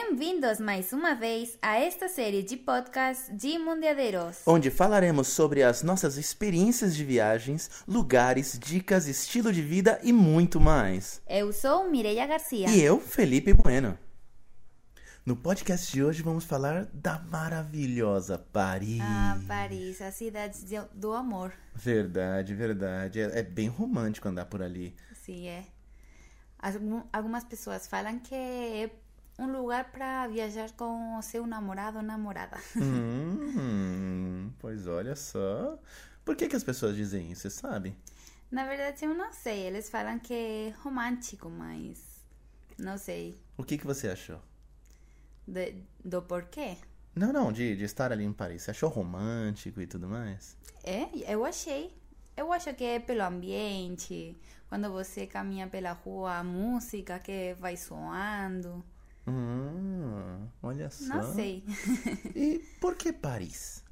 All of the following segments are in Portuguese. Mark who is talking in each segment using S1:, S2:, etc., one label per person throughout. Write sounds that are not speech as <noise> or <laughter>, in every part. S1: Bem-vindos mais uma vez a esta série de podcasts de Mundiadeiros.
S2: onde falaremos sobre as nossas experiências de viagens, lugares, dicas, estilo de vida e muito mais.
S1: Eu sou Mireia Garcia.
S2: E eu, Felipe Bueno. No podcast de hoje vamos falar da maravilhosa Paris.
S1: Ah, Paris, a cidade de- do amor.
S2: Verdade, verdade. É, é bem romântico andar por ali.
S1: Sim, é. eh. Algum- Algumas pessoas falam que é um lugar para viajar com o seu namorado ou <laughs> namorada.
S2: hum, pois olha só. Por que, que as pessoas dizem isso, você sabe?
S1: Na verdade, eu não sei. Eles falam que é romântico, mas não sei
S2: O que, que você achou?
S1: de- do porquê.
S2: Não, não, de, de estar ali em Paris. Você achou romântico e tudo mais?
S1: É, eu achei. Eu acho que é pelo ambiente, quando você caminha pela rua, a música que vai soando.
S2: Hum, olha só.
S1: Não sei.
S2: E por que Paris?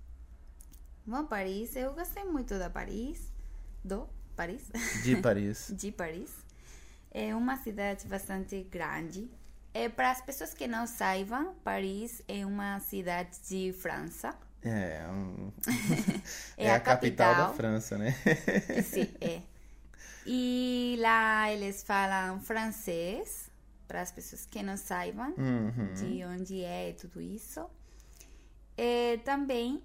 S1: Bom, Paris, eu gostei muito da Paris. Do Paris? <laughs>
S2: De Paris.
S1: De Paris. É uma cidade bastante grande. É, para as pessoas que não saibam, Paris é uma cidade de França.
S2: É, um-
S1: É
S2: é
S1: a
S2: a capital da
S1: capital. <laughs>
S2: França, né?
S1: Sim, é. E lá eles falam francês, para as pessoas que não saibam
S2: Uhum.
S1: de onde é e tudo isso. É, também,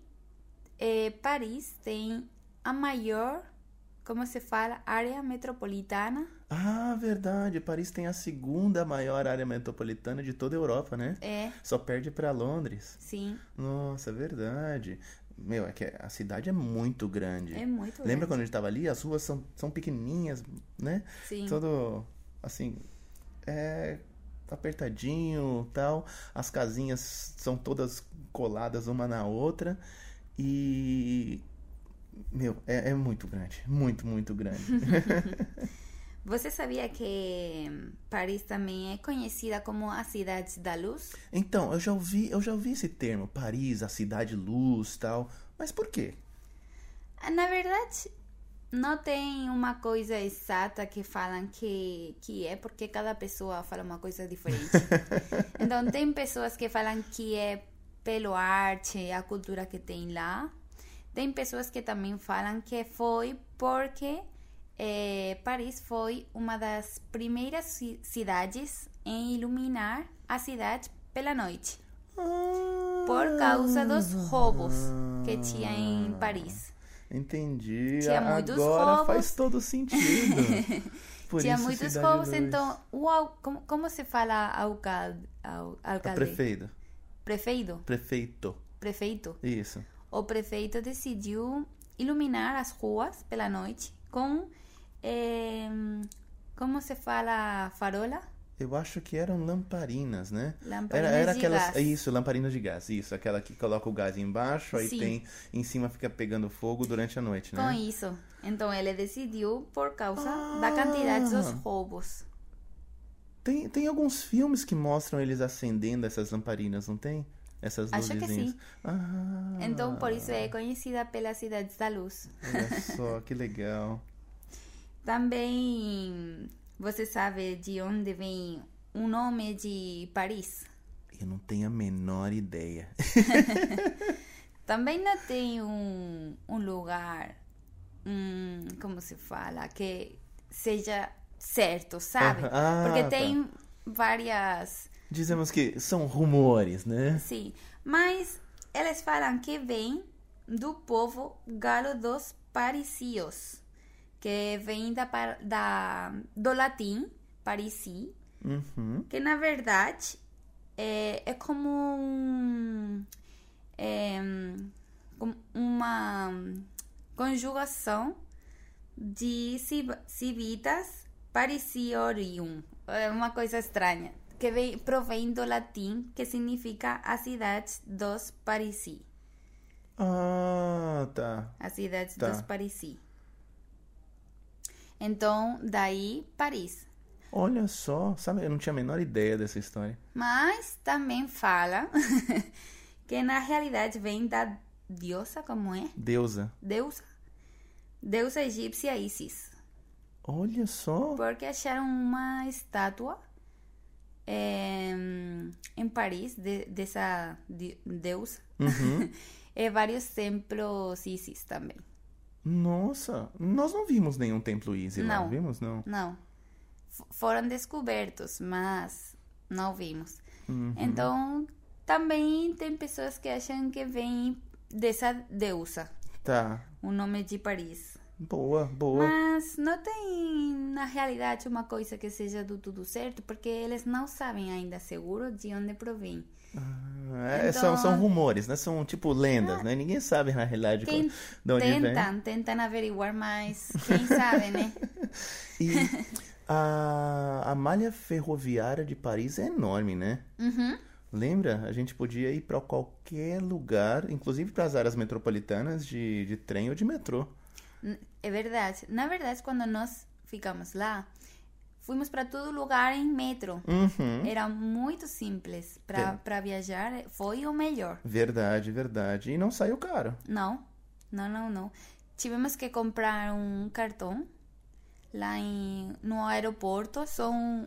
S1: é, Paris tem a maior, como se fala, área metropolitana.
S2: Ah, verdade. Paris tem a segunda maior área metropolitana de toda a Europa, né?
S1: É,
S2: Só perde pra Londres.
S1: sim,
S2: Nossa, é verdade. Meu, é que a cidade é muito grande.
S1: é muito
S2: Lembra
S1: grande.
S2: quando a gente tava ali? As ruas são, são pequenininhas, né?
S1: Sim,
S2: todo assim é apertadinho tal as casinhas são todas coladas uma na outra e meu é, é muito grande muito
S1: <laughs>
S2: muito grande
S1: Você sabia que Paris também é conhecida como a cidade da luz?
S2: então eu já ouvi eu já ouvi esse termo Paris a cidade luz tal mas por quê
S1: Ah, Na verdade, não tem uma coisa exata que falam que, que é, porque cada pessoa fala uma coisa diferente. então, tem pessoas que falam que é pelo arte, a cultura que tem lá. Tem pessoas que também falam que foi porque eh, Paris foi uma das primeiras ci- cidades em iluminar a cidade pela noite, por
S2: Ah.
S1: causa dos roubos que tinha em Paris.
S2: entendi
S1: Tinha muitos
S2: agora
S1: roubos.
S2: faz
S1: <laughs>
S2: todo sentido Por
S1: Tinha
S2: isso,
S1: muitos
S2: Cidade
S1: povos,
S2: Luz.
S1: então, o al- como, como se fala alcalde? Al,
S2: Ah,
S1: alcalde?
S2: prefeito
S1: Prefeito.
S2: prefeito
S1: Prefeito.
S2: isso
S1: O prefeito decidiu iluminar as ruas pela noite com, eh, como se fala, farola?
S2: Eu acho que eram lamparinas, né? Era,
S1: Lamparinas
S2: era
S1: de
S2: aquelas.
S1: gás.
S2: Isso, lamparinas de gás. Isso, aquela que coloca o gás embaixo, aí
S1: Sim.
S2: tem. Em cima fica pegando fogo durante a noite,
S1: Com
S2: né?
S1: isso. Então, ele decidiu por causa
S2: Ah.
S1: da quantidade dos roubos.
S2: Tem, tem alguns filmes que mostram eles acendendo essas lamparinas, não tem? Essas
S1: Acho que
S2: luzinhas.
S1: sim.
S2: Ah,
S1: Então, por isso é conhecida pela Cidade da Luz.
S2: Olha só, que legal.
S1: Também você sabe de onde vem o nome de Paris?
S2: Eu não tenho a menor ideia. <laughs>
S1: Também não tem um, um lugar, hum, como se fala, que seja certo, sabe?
S2: Ah,
S1: Porque
S2: tá.
S1: tem várias.
S2: Dizemos que são rumores, né?
S1: Sim, mas eles falam que vem do povo galo dos parisios, que vem da, par- da, do latim parisi,
S2: Uhum.
S1: Que na verdade é, é como um, é, um, com- uma conjugação de cib- civitas parisiorum. É uma coisa estranha. Que vem, provém do latim, que significa a cidade dos Parisi.
S2: Ah, tá.
S1: A cidade
S2: Tá.
S1: dos Parisi. Então, daí Paris.
S2: Olha só, sabe? Eu não tinha a menor ideia dessa história.
S1: Mas também fala <laughs> que na realidade vem da diosa, como é?
S2: Deusa.
S1: Deusa. Deusa egípcia Isis.
S2: Olha só.
S1: Porque acharam uma estátua eh, em Paris, de- dessa de- deusa,
S2: Uhum.
S1: e vários templos Isis também.
S2: <laughs> Nossa, nós não vimos nenhum templo Easy lá,
S1: Não.
S2: vimos? Não.
S1: Não. F- foram descobertos, mas não vimos.
S2: Uhum.
S1: Então, também tem pessoas que acham que vem dessa deusa,
S2: Tá.
S1: o Um nome de Paris.
S2: Boa, boa.
S1: Mas não tem, na realidade, uma coisa que seja do tudo certo, porque eles não sabem ainda seguro de onde provém. então-
S2: É,
S1: Ah,
S2: são, são rumores, né? São tipo lendas, né? Ninguém sabe na realidade
S1: Quem
S2: co- de onde vem.
S1: tentam, tentam averiguar mais, quem sabe,
S2: <laughs>
S1: né?
S2: E
S1: <laughs>
S2: a, a malha ferroviária de Paris é enorme, né?
S1: Uhum.
S2: Lembra? A gente podia ir pra qualquer lugar, inclusive pras áreas metropolitanas de, de trem ou de metrô.
S1: É verdade. Na verdade, quando nós ficamos lá, fomos para todo lugar em metro.
S2: Uhum.
S1: Era muito simples para
S2: É.
S1: para viajar, foi o melhor.
S2: Verdade, verdade. E não saiu caro.
S1: Não, não, não, não. Tivemos que comprar um cartão lá em, no aeroporto. São,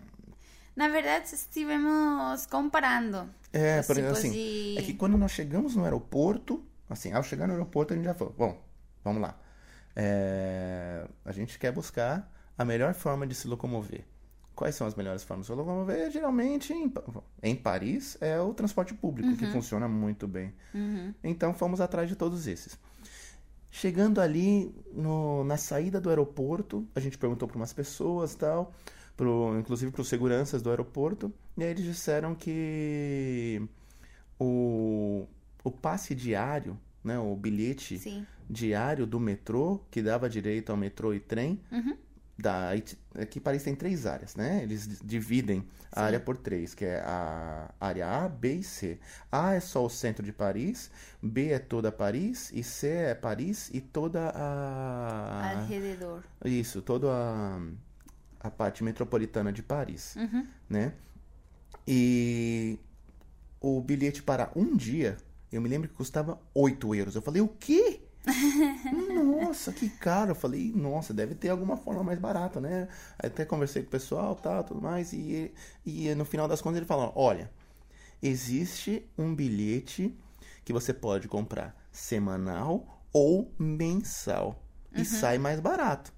S1: na verdade, estivemos comparando
S2: É,
S1: os
S2: por exemplo,
S1: tipos
S2: assim,
S1: de.
S2: É que quando nós chegamos no aeroporto, assim, ao chegar no aeroporto, a gente já falou, bom, vamos lá. É, a gente quer buscar a melhor forma de se locomover. Quais são as melhores formas de se locomover? Geralmente, em, Pa- em Paris, é o transporte público, que funciona muito bem.
S1: Uhum.
S2: Então, fomos atrás de todos esses. Chegando ali no- na saída do aeroporto, a gente perguntou para umas pessoas tal, pro, inclusive para os seguranças do aeroporto, e aí eles disseram que o, o passe diário, né, o bilhete
S1: Sim.
S2: diário do metrô, que dava direito ao metrô e trem,
S1: Uhum.
S2: da, it- é que Paris tem três áreas, né? Eles di- dividem a
S1: Sim.
S2: área por três, que é a área A, B e C. A é só o centro de Paris, B é toda Paris e C é Paris e toda a
S1: Alrededor.
S2: isso, toda a, a parte metropolitana de Paris,
S1: Uhum.
S2: né? E o bilhete para um dia, eu me lembro que custava 8 euros. Eu falei, o quê? Nossa, que caro. Eu falei, nossa, deve ter alguma forma mais barata, né? Até conversei com o pessoal, tá, tudo mais. E, e no final das contas ele falou, olha, existe um bilhete que você pode comprar semanal ou mensal. E sai mais barato.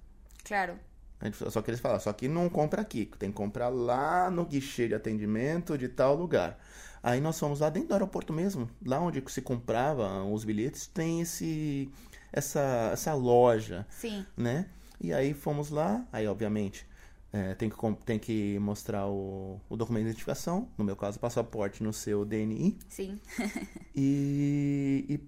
S1: Claro.
S2: A gente- Só que eles falaram, só que não compra aqui, tem que comprar lá no guichê de atendimento de tal lugar. Aí nós fomos lá dentro do aeroporto mesmo, lá onde se comprava os bilhetes, tem esse essa, essa loja,
S1: Sim.
S2: né? E aí fomos lá, aí obviamente é, tem, que, com- tem que mostrar o, o documento de identificação, no meu caso, passaporte no seu DNI,
S1: Sim.
S2: e, e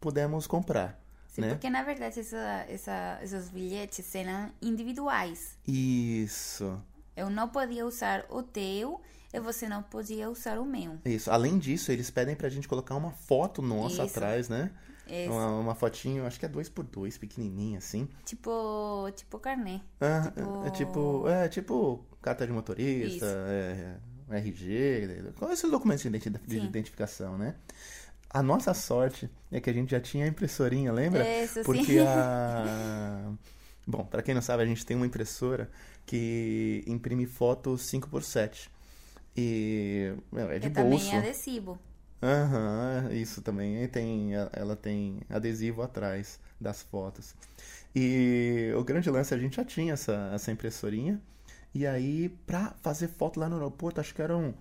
S2: pudemos comprar,
S1: Sim,
S2: né?
S1: porque na verdade essa, essa, esses bilhetes eram individuais.
S2: Isso.
S1: Eu não podia usar o teu e você não podia usar o meu.
S2: Isso. Além disso, eles pedem pra gente colocar uma foto nossa
S1: Isso.
S2: atrás, né?
S1: É
S2: Uma, uma fotinho, acho que é dois por dois, pequenininha assim.
S1: tipo, tipo carnê.
S2: Ah,
S1: Tipo-
S2: É tipo, é tipo carta de motorista,
S1: Isso.
S2: é, é, RG, qual é esses documentos de, identi- de
S1: Sim.
S2: identificação, né? A nossa sorte é que a gente já tinha a impressorinha, lembra?
S1: Isso,
S2: Porque
S1: sim. <laughs>
S2: a. Bom, pra quem não sabe, a gente tem uma impressora que imprime foto 5x7. E. Meu, é de
S1: E
S2: bolso.
S1: também adesivo.
S2: Aham, isso também. E tem, ela tem adesivo atrás das fotos. E o grande lance, a gente já tinha essa, essa impressorinha. E aí, pra fazer foto lá no aeroporto, acho que um eram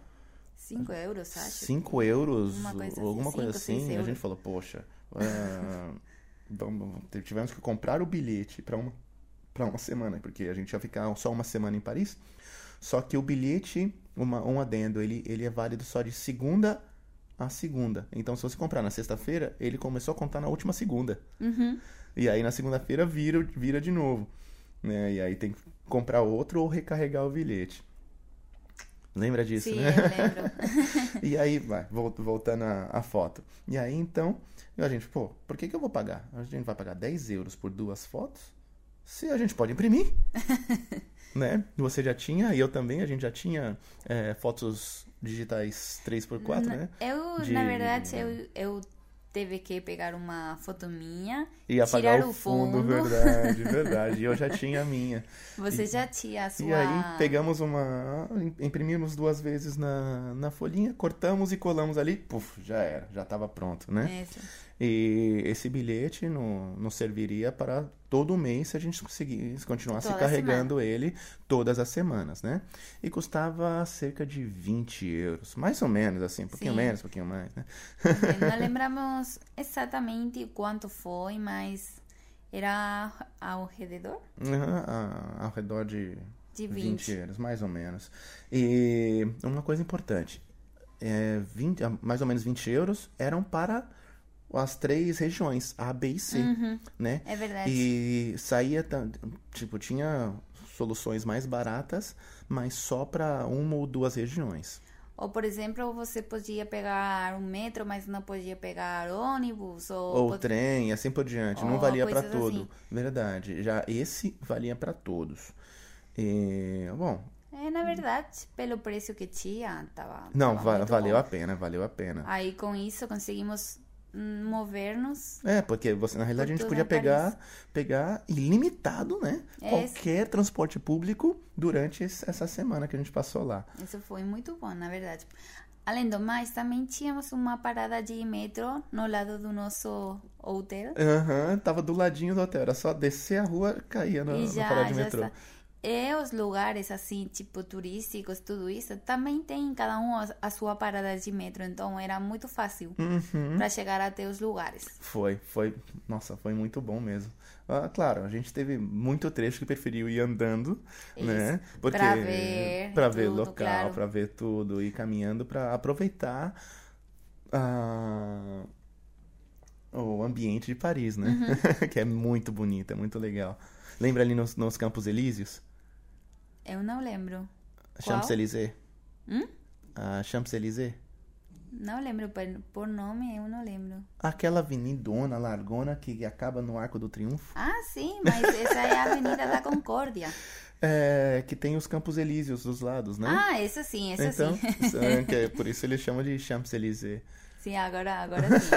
S1: 5 euros, acho.
S2: 5 euros,
S1: Uma coisa assim,
S2: ou alguma coisa
S1: cinco, seis
S2: assim. A
S1: euros.
S2: gente falou, poxa, ah, <laughs> vamos- tivemos que comprar o bilhete pra uma, pra uma semana, porque a gente ia ficar só uma semana em Paris. Só que o bilhete, uma, um adendo, ele, ele é válido só de segunda a segunda. Então, se você comprar na sexta-feira, ele começou a contar na última segunda.
S1: Uhum.
S2: E aí, na segunda-feira, vira, vira de novo. Né? E aí tem que comprar outro ou recarregar o bilhete. Lembra disso,
S1: Sim,
S2: né?
S1: eu lembro.
S2: E aí, vai, vol- voltando à, à foto. E aí, então, a gente, pô, por que, que eu vou pagar? A gente vai pagar 10 euros por duas fotos? Se a gente pode imprimir. né? Você já tinha, e eu também, a gente já tinha é, fotos digitais 3x4, né?
S1: <laughs> Eu,
S2: De- Uhum.
S1: na verdade, eu, eu teve que pegar uma foto minha,
S2: E apagar
S1: tirar
S2: o
S1: o
S2: fundo,
S1: fundo.
S2: verdade, verdade. E eu já tinha a minha.
S1: você
S2: E-
S1: já tinha a sua...
S2: E aí pegamos uma. Imprimimos duas vezes na, na folhinha, cortamos e colamos ali, puf, já era, já estava pronto, né?
S1: Essa.
S2: E esse bilhete no- nos serviria para todo mês se a gente conseguisse continuasse
S1: Toda
S2: carregando ele todas as semanas, né? E custava cerca de 20 euros, mais ou menos, assim, um pouquinho
S1: Sim.
S2: menos, um pouquinho mais, né?
S1: Não lembramos exatamente quanto foi, mas era ao redor
S2: Aham, a- ao redor de
S1: de 20.
S2: 20 euros, mais ou menos. E uma coisa importante, é, 20, ah, mais ou menos 20 euros eram para as três regiões, A, B e C, né?
S1: É verdade.
S2: E saía, ta- tipo, tinha soluções mais baratas, mas só para uma ou duas regiões.
S1: Ou, por exemplo, você podia pegar um metro, mas não podia pegar ônibus. Ou,
S2: Ou
S1: pod-
S2: trem, e assim por diante. Não
S1: Ou
S2: valia para
S1: coisas
S2: todo.
S1: assim.
S2: Verdade. Já esse valia para todos. E, bom,
S1: É, na verdade, pelo preço que tinha, tava.
S2: não,
S1: tava
S2: va-
S1: muito
S2: valeu
S1: bom. Ah.
S2: a pena, valeu a pena.
S1: Aí, com isso, conseguimos hum, mover-nos.
S2: É, porque você, na realidade a gente
S1: Por
S2: podia
S1: todos os
S2: pegar, pegar ilimitado, né?
S1: É,
S2: Qualquer transporte público durante esse- essa semana que a gente passou lá.
S1: Isso foi muito bom, na verdade. Além do mais, também tínhamos uma parada de metrô no lado do nosso hotel.
S2: É, Aham, tava do ladinho do hotel. Era só descer a rua, caía na,
S1: E
S2: na
S1: já,
S2: parada de
S1: já
S2: metrô.
S1: está. E os lugares assim, tipo turísticos, tudo isso, também tem cada um a- a sua parada de metrô, então era muito fácil
S2: Uhum.
S1: para chegar até os lugares.
S2: Foi, foi. Nossa, foi muito bom mesmo. Ah, claro, a gente teve muito trecho que preferiu ir andando,
S1: Isso.
S2: né? Porque
S1: Pra ver
S2: pra ver
S1: tudo,
S2: local,
S1: claro.
S2: pra ver tudo, ir caminhando pra aproveitar ah, o ambiente de Paris, né?
S1: Uhum.
S2: <laughs> Que é muito bonito, é muito legal. Lembra ali nos, nos Campos Elíseos?
S1: Eu não lembro, Qual?
S2: Champs-Élysées?
S1: Hum?
S2: Ah, Champs-Élysées?
S1: não lembro por, por nome, eu não lembro.
S2: Aquela avenidona largona que acaba no Arco do Triunfo,
S1: Ah, sim, mas essa é a Avenida da Concórdia.
S2: é, que tem os Campos Elíseos dos lados, <laughs> né?
S1: Ah, essa sim, essa
S2: então,
S1: sim.
S2: é, que é por <laughs> isso ele chama de Champs-Élysées.
S1: Sim, agora,
S2: <laughs>
S1: agora sim.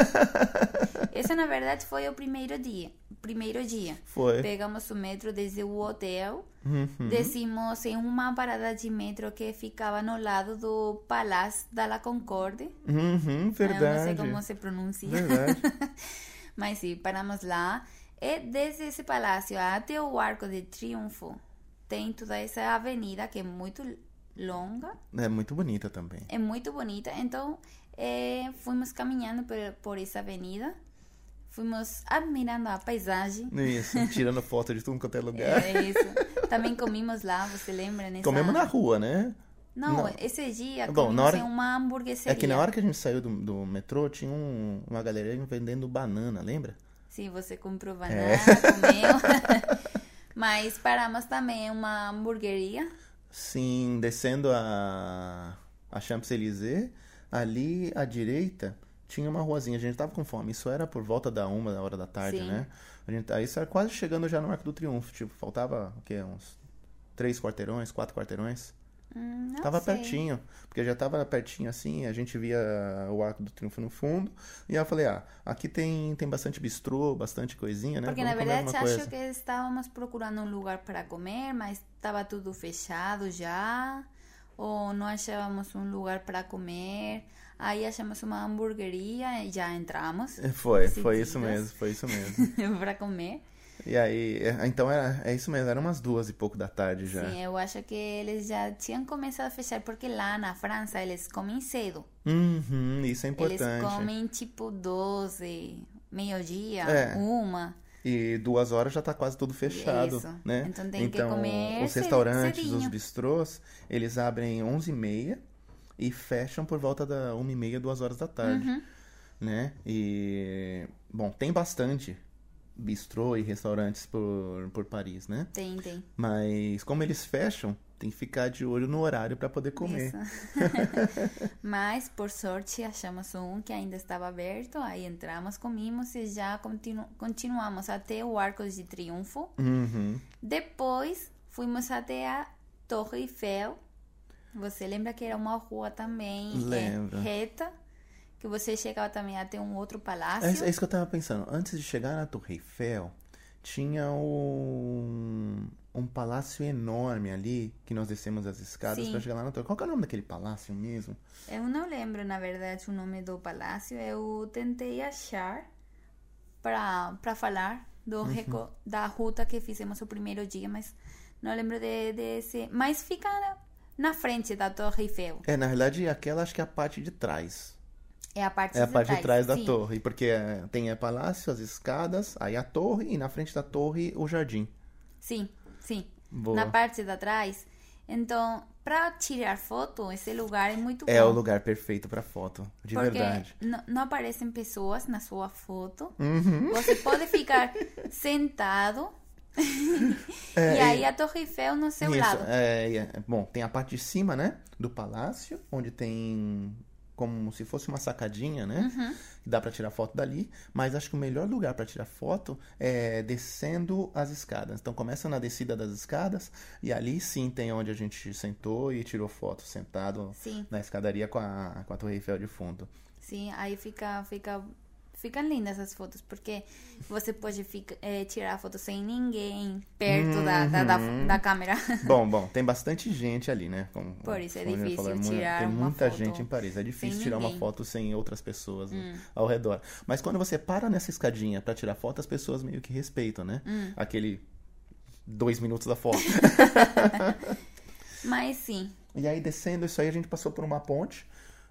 S1: Esse na verdade foi o primeiro dia. Primeiro dia.
S2: Foi.
S1: Pegamos o metrô desde o hotel.
S2: É. Uhum.
S1: Descimos em uma parada de metrô que ficava no lado do Palácio da La Concorde.
S2: Uhum,
S1: É, Eu não sei
S2: verdade.
S1: como se pronuncia.
S2: Verdade.
S1: <laughs> Mas sim, paramos lá. E desde esse palácio até o Arco de Triunfo, tem toda essa avenida que é muito longa,
S2: É muito bonita também.
S1: é muito bonita. Então, eh, fomos caminhando por, por essa avenida, fomos admirando a
S2: <laughs>
S1: paisagem.
S2: Isso, tirando foto de tudo quanto é lugar.
S1: É isso. Também comimos lá, você lembra? Nessa...
S2: Comemos na rua, né?
S1: Não,
S2: Não.
S1: esse dia
S2: Bom,
S1: comemos
S2: na hora-
S1: em uma hamburgueseria.
S2: É que na hora que a gente saiu do, do metrô, tinha um- uma galerinha vendendo banana, lembra?
S1: Sim, você comprou banana,
S2: É.
S1: comeu. Mas paramos também em uma hamburgueria.
S2: Sim, descendo a, a Champs-Élysées, ali à direita tinha uma ruazinha. A gente tava com fome. Isso era por volta da uma da hora da tarde,
S1: Sim.
S2: né? A gente, aí isso era quase chegando já no Arco do Triunfo. Tipo, faltava o quê? Uns três quarteirões, quatro quarteirões.
S1: Hum, não
S2: Tava
S1: sei.
S2: pertinho, porque já tava pertinho assim, a gente via o Arco do Triunfo no fundo. E aí eu falei, ah, aqui tem, tem bastante bistrô, bastante coisinha, né?
S1: Porque
S2: Vamos
S1: na
S2: comer
S1: verdade
S2: alguma
S1: acho
S2: coisa.
S1: que estávamos procurando um lugar para comer, mas estava tudo fechado já, ou não achávamos um lugar para comer. Aí achamos uma hamburgueria e já
S2: <laughs>
S1: entramos <laughs>
S2: Foi, foi isso
S1: Sentidas.
S2: mesmo, foi isso mesmo.
S1: para comer.
S2: E aí, é- então era, é isso mesmo, era umas duas e pouco da tarde já.
S1: Sim, eu acho que eles já tinham começado a fechar porque lá na França eles comem cedo.
S2: Uhum, isso é
S1: Eles
S2: importante.
S1: comem tipo 12, meio-dia,
S2: É.
S1: uma. é
S2: E duas horas já tá quase tudo fechado,
S1: Isso.
S2: né?
S1: Então tem que comer
S2: os
S1: cedi-
S2: restaurantes, os
S1: cedinho.
S2: bistrôs, eles abrem 11h30 e fecham por volta da 1h30, 2 horas da tarde,
S1: Uhum.
S2: né? E, bom, tem bastante bistrô e restaurantes por, por Paris, né?
S1: Tem, tem.
S2: Mas como eles fecham, tem que ficar de olho no horário pra poder comer.
S1: Isso. <laughs> Mas, por sorte, achamos um que ainda estava aberto. Aí entramos, comimos e já continu- continuamos até o Arco de Triunfo.
S2: Uhum.
S1: Depois, fomos até a Torre Eiffel. Você lembra que era uma rua também é,
S2: Lembro.
S1: reta, que você chegava também a ter um outro
S2: É, isso-
S1: palácio.
S2: é isso que eu tava pensando. Antes de chegar na Torre Eiffel, tinha um, um palácio enorme ali, que nós descemos as escadas
S1: Sim.
S2: pra chegar lá na torre. Qual que é o nome daquele palácio mesmo?
S1: Eu não lembro, na verdade, o nome do palácio. Eu tentei achar pra, pra falar do
S2: Uhum.
S1: reco- da ruta que fizemos o primeiro dia, mas não lembro de, desse. Mas fica na- na frente da Torre Eiffel.
S2: É, na realidade, aquela acho que é a parte de trás.
S1: É a parte
S2: É a
S1: de
S2: parte
S1: trás,
S2: de trás da
S1: sim.
S2: torre, porque é, tem é, palácio, as escadas, aí a torre e na frente da torre o jardim.
S1: Sim, sim.
S2: Boa.
S1: Na parte de trás. Então, pra tirar foto, esse lugar é muito
S2: É
S1: bom.
S2: o lugar perfeito pra foto, de
S1: porque
S2: verdade.
S1: n- não aparecem pessoas na sua foto.
S2: Uhum.
S1: Você pode ficar sentado. e aí a Torre Eiffel no seu
S2: Isso,
S1: um lado.
S2: é, e é- bom, tem a parte de cima, né, do palácio, onde tem como se fosse uma sacadinha, né? Dá pra tirar foto dali, mas acho que o melhor lugar pra tirar foto é descendo as escadas. Então começa na descida das escadas e ali sim tem onde a gente sentou e tirou foto sentado
S1: Sim,
S2: na escadaria com a, com a Torre Eiffel de fundo.
S1: sim. Aí fica, fica, ficam lindas as fotos. Porque você pode fica, eh, tirar foto sem ninguém perto da, da, da,
S2: Uhum.
S1: da câmera.
S2: Bom, bom, tem bastante gente ali, né? Como,
S1: Por isso é
S2: como ele
S1: difícil
S2: é mu-
S1: tirar
S2: Tem
S1: uma
S2: muita
S1: foto
S2: gente em Paris. É difícil tirar uma
S1: ninguém. Hum.
S2: foto sem outras pessoas né, ao redor. Mas quando você para nessa escadinha pra tirar foto, as pessoas meio que respeitam, né?
S1: Hum.
S2: Aquele dois minutos da foto.
S1: <laughs>
S2: <laughs>
S1: Mas sim,
S2: e aí, descendo isso aí, a gente passou por uma ponte,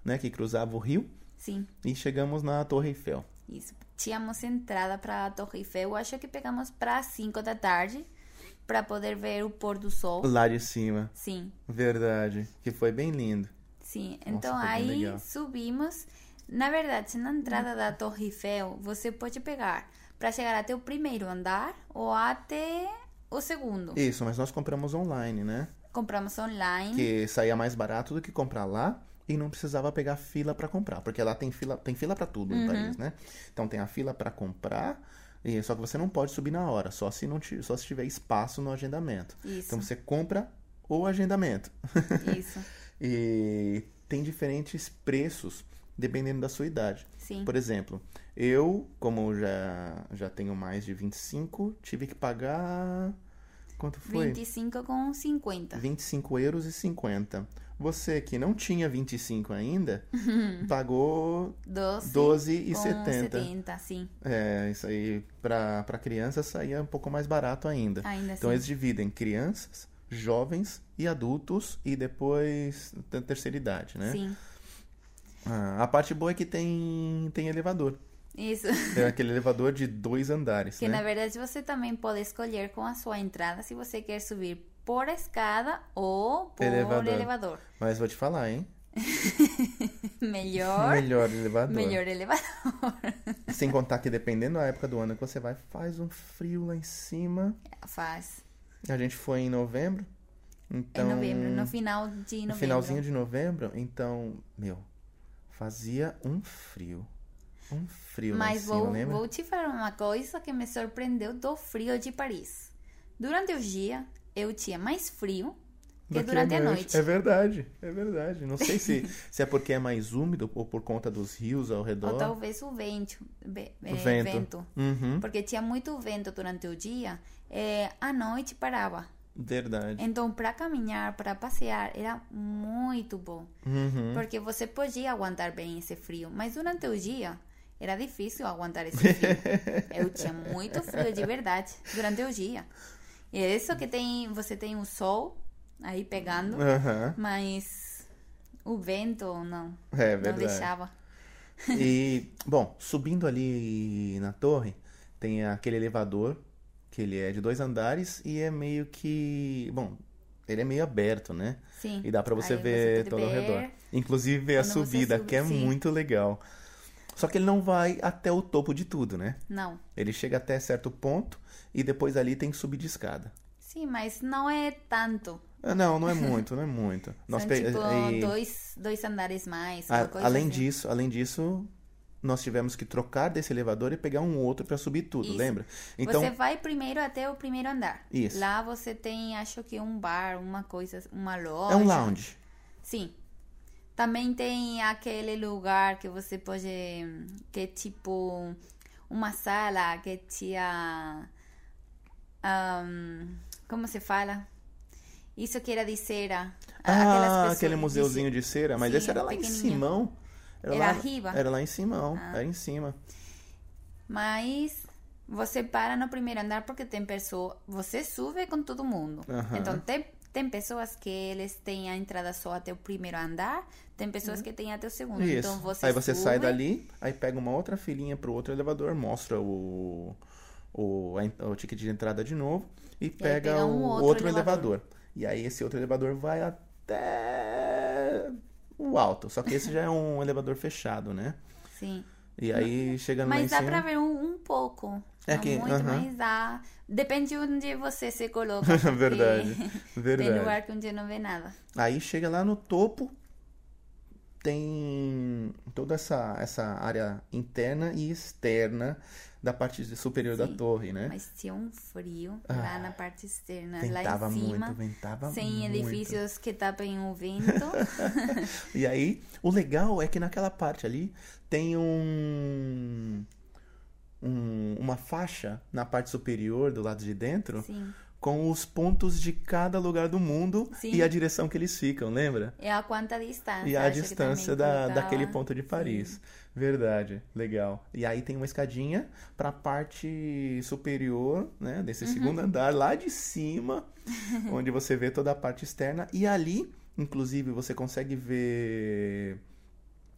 S2: né? Que cruzava o rio
S1: sim.
S2: e chegamos na Torre Eiffel.
S1: Isso. Tínhamos entrada para a Torre Eiffel. Acho que pegamos para 5 da tarde para poder ver o pôr do sol.
S2: Lá de cima.
S1: Sim,
S2: Verdade. Que foi bem lindo.
S1: sim. Então
S2: foi bem
S1: aí
S2: legal. Uhum.
S1: subimos. Na verdade, na entrada da Torre Eiffel, você pode pegar para chegar até o primeiro andar ou até o segundo.
S2: Isso, mas nós compramos online, né?
S1: Compramos online.
S2: que saía mais barato do que comprar lá e não precisava pegar fila pra comprar, porque lá tem fila, tem fila para tudo em Paris, né? Então tem a fila pra comprar, e só que você não pode subir na hora, só se não ti- só se tiver espaço no agendamento.
S1: Isso,
S2: Então você compra o agendamento. <laughs>
S1: isso.
S2: E tem diferentes preços dependendo da sua idade.
S1: Sim,
S2: Por exemplo, eu, como já já tenho mais de 25, tive que pagar quanto foi?
S1: 25 com 50.
S2: 25 euros e 50. Você que não tinha
S1: <laughs>
S2: 25 ainda, pagou
S1: 12,
S2: 12 e
S1: com
S2: 70.
S1: 70, sim.
S2: É, isso aí pra, pra criança saía um pouco mais barato ainda.
S1: Ainda
S2: Então
S1: assim.
S2: eles dividem crianças, jovens e adultos e depois da terceira idade, né?
S1: Sim.
S2: Ah, a parte boa é que tem, tem elevador.
S1: Isso.
S2: Tem aquele elevador de dois andares,
S1: Que
S2: né?
S1: na verdade você também pode escolher com a sua entrada se você quer subir por escada ou por
S2: Elevador.
S1: elevador. <laughs>
S2: Mas vou te falar, hein?
S1: Melhor,
S2: Melhor elevador.
S1: melhor elevador.
S2: Sem contar que dependendo da época do ano que você vai, faz um frio lá em cima.
S1: Faz.
S2: A gente foi em novembro. Então,
S1: em É novembro, no final de
S2: no
S1: novembro.
S2: finalzinho de novembro, então, meu, fazia um frio. Um frio lá em
S1: Mas
S2: cima,
S1: vou,
S2: lembra?
S1: vou te falar uma coisa que me surpreendeu do frio de Paris. Durante o dia, eu tinha mais frio que
S2: Daqui
S1: durante a noite.
S2: É verdade, é verdade. Não
S1: <laughs>
S2: sei se, se é porque é mais úmido ou por conta dos rios ao
S1: Ou
S2: redor.
S1: talvez o vento. be- eh,
S2: Vento. Uhum,
S1: Porque tinha muito vento durante o dia, eh, à noite parava.
S2: verdade.
S1: Então, para caminhar, para passear, era muito bom.
S2: Uhum.
S1: Porque você podia aguentar bem esse frio. Mas durante o dia, era difícil aguentar esse
S2: <laughs>
S1: frio. Eu tinha muito frio, de verdade, durante o dia. E é isso que tem, você tem o sol aí pegando,
S2: Aham,
S1: mas o vento não,
S2: É
S1: não
S2: verdade.
S1: deixava.
S2: E, bom, subindo ali na torre, tem aquele elevador, que ele é de dois andares e é meio que. Bom, ele é meio aberto, né?
S1: Sim.
S2: E dá pra você
S1: Aí
S2: ver
S1: pode
S2: todo ao
S1: ver.
S2: redor. Inclusive a
S1: Quando você
S2: subida,
S1: sube,
S2: que é
S1: sim.
S2: muito legal. Só que ele não vai até o topo de tudo, né?
S1: Não.
S2: Ele chega até certo ponto e depois ali tem que subir de escada.
S1: Sim, mas não é tanto.
S2: Ah, Não, não é muito, não é muito. Nós
S1: São
S2: pe-
S1: tipo
S2: e-
S1: dois, dois andares mais.
S2: A-
S1: uma coisa
S2: além
S1: assim.
S2: disso, além disso, nós tivemos que trocar desse elevador e pegar um outro pra subir tudo,
S1: Isso.
S2: lembra? Então,
S1: Você vai primeiro até o primeiro andar.
S2: Isso.
S1: Lá você tem, acho que um bar, uma coisa, uma loja.
S2: é um lounge.
S1: Sim. Também tem aquele lugar que você pode. que é tipo uma sala que tinha. ahm, como se fala? Isso que era de cera. Aquelas
S2: Ah,
S1: pessoas
S2: aquele
S1: de
S2: museuzinho de cera, mas
S1: Sim,
S2: esse era lá em
S1: pequenininho.
S2: Simão.
S1: Era
S2: lá,
S1: arriba? Ah.
S2: Era lá em Simão, era em cima.
S1: Mas você para no primeiro andar porque tem pessoa, você sube com todo mundo.
S2: Aham.
S1: Então tem, tem pessoas que eles têm a entrada só até o primeiro andar, tem pessoas que têm até o segundo.
S2: Uhum. Isso.
S1: Então você
S2: aí você sai
S1: sube,
S2: dali, aí pega uma outra filinha pro outro elevador, mostra o, o, a en- o ticket de entrada de novo e pega,
S1: pega um
S2: o
S1: outro
S2: elevador. E aí esse outro elevador vai até o alto. Só que esse já é um elevador fechado, né?
S1: Sim.
S2: E aí chegando lá em
S1: Mas dá
S2: cima.
S1: pra ver um, um pouco.
S2: É
S1: não
S2: que-
S1: muito,
S2: aham.
S1: mas dá. Depende de onde você se
S2: <laughs>
S1: coloca. porque
S2: Verdade,
S1: <laughs> Tem
S2: verdade.
S1: lugar que um dia não vê nada.
S2: Aí chega lá no topo, tem toda essa, essa área interna e externa da parte superior da
S1: Sim,
S2: torre, né?
S1: Mas tinha um frio lá na parte externa, lá
S2: Ah. Ventava
S1: em cima.
S2: muito, ventava
S1: sem
S2: muito.
S1: edifícios que tapem o
S2: <laughs>
S1: vento.
S2: E aí, o legal é que naquela parte ali tem um, um- uma faixa na parte superior do lado de dentro
S1: Sim.
S2: com os pontos de cada lugar do mundo
S1: Sim.
S2: e a direção que eles ficam, lembra?
S1: É a quanta distância.
S2: E a
S1: acho que também
S2: distância
S1: tá?
S2: da,
S1: contava.
S2: daquele ponto de Paris. Verdade, legal. E aí tem uma escadinha para a parte superior, né,
S1: Uhum.
S2: desse segundo andar, lá
S1: <laughs>
S2: de cima, onde você vê toda a parte externa. E ali, inclusive, você consegue ver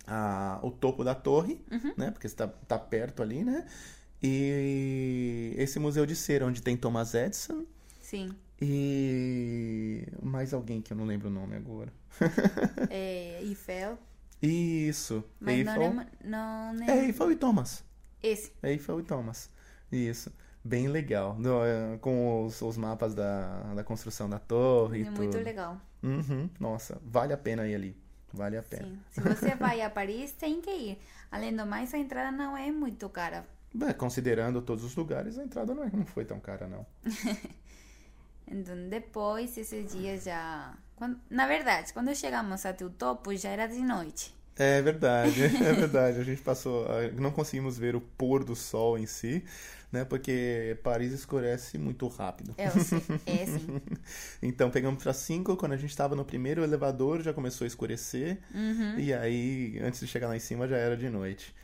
S2: a- o topo da torre,
S1: Uhum.
S2: né, porque está tá perto ali, né? E esse museu de cera, onde tem Thomas Edison <laughs>
S1: Sim.
S2: e mais alguém que eu não lembro o nome agora.
S1: É, Eiffel.
S2: Isso,
S1: Mas não
S2: Eiffel.
S1: lembro. Não
S2: É
S1: lembro.
S2: Eiffel e Thomas. É
S1: Esse.
S2: Eiffel e Thomas. Isso. Bem legal. No, eh, com os, os mapas da, da construção da torre e
S1: É muito
S2: tudo.
S1: legal.
S2: Uhum. Nossa, vale a pena ir ali. Vale a pena.
S1: Sim. Se você vai a Paris, tem que ir. Além do mais, a entrada não é muito cara.
S2: Bem, considerando todos os lugares, a entrada não, é, não foi tão cara, não.
S1: Então, depois, esses dias já. Quando- Na verdade, quando chegamos até o topo, já era de noite.
S2: É verdade, <laughs> é verdade. A gente passou, a- não conseguimos ver o pôr do sol em si, né? Porque Paris escurece muito rápido.
S1: Eu <laughs> sei. É assim.
S2: Então pegamos pra 5, quando a gente tava no primeiro elevador já começou a escurecer. E aí, antes de chegar lá em cima, já era de noite.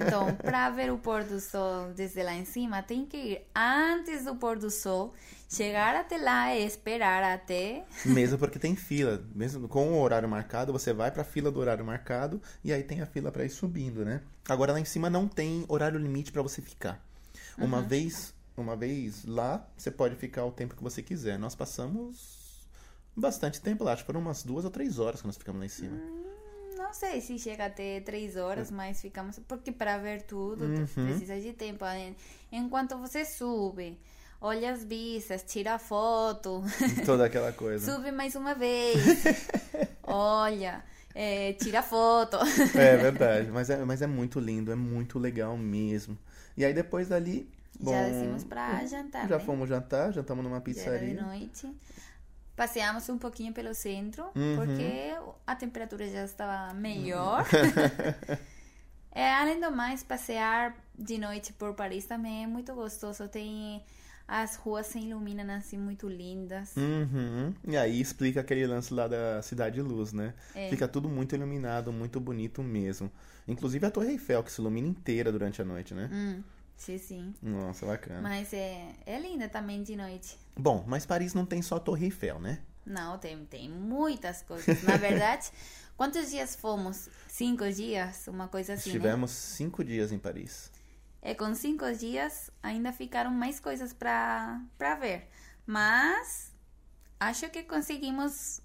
S1: Então, para ver o pôr do sol desde lá em cima, tem que ir antes do pôr do sol, chegar até lá e esperar até.
S2: Mesmo porque tem fila. Mesmo com o horário marcado, você vai pra fila do horário marcado e aí tem a fila pra ir subindo, né? Agora lá em cima não tem horário limite pra você ficar. Uma vez, uma vez lá, você pode ficar o tempo que você quiser. Nós passamos bastante tempo lá, acho que foram umas duas ou três horas que nós ficamos lá em cima.
S1: Não sei se chega até três horas, mas ficamos. Porque para ver tudo,
S2: Uhum.
S1: precisa de tempo. En- Enquanto você sube, olha as vistas, tira foto,
S2: Toda aquela coisa.
S1: sube mais uma vez,
S2: <laughs>
S1: olha, eh, tira foto. <laughs>
S2: É verdade, mas é, mas é muito lindo, é muito legal mesmo. E aí depois dali, bom,
S1: Já descemos para jantar.
S2: já
S1: né?
S2: fomos jantar, jantamos
S1: Já
S2: numa
S1: era de
S2: pizzaria.
S1: noite. Passeamos um pouquinho pelo centro,
S2: Uhum.
S1: porque a temperatura já estava melhor.
S2: Uhum.
S1: <laughs> É, além do mais, passear de noite por Paris também é muito gostoso. Tem as ruas se iluminam assim muito lindas.
S2: Uhum. E aí explica aquele lance lá da Cidade de Luz, né?
S1: É.
S2: Fica tudo muito iluminado, muito bonito mesmo. Inclusive a Torre Eiffel, que se ilumina inteira durante a noite, né?
S1: Hum, sim, sim.
S2: Nossa, bacana.
S1: Uhum. Mas é, é linda também de noite.
S2: Bom, mas Paris não tem só a Torre Eiffel, né?
S1: Não, tem, tem muitas coisas.
S2: <laughs>
S1: Na verdade, quantos dias fomos? Cinco dias? Uma coisa assim, né?
S2: Estivemos cinco dias em Paris.
S1: É, com cinco dias ainda ficaram mais coisas para para ver, mas acho que conseguimos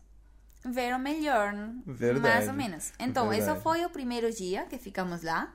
S1: ver o melhor, n- mais
S2: Verdade.
S1: ou menos. Então,
S2: Verdade.
S1: esse foi o primeiro dia que ficamos lá.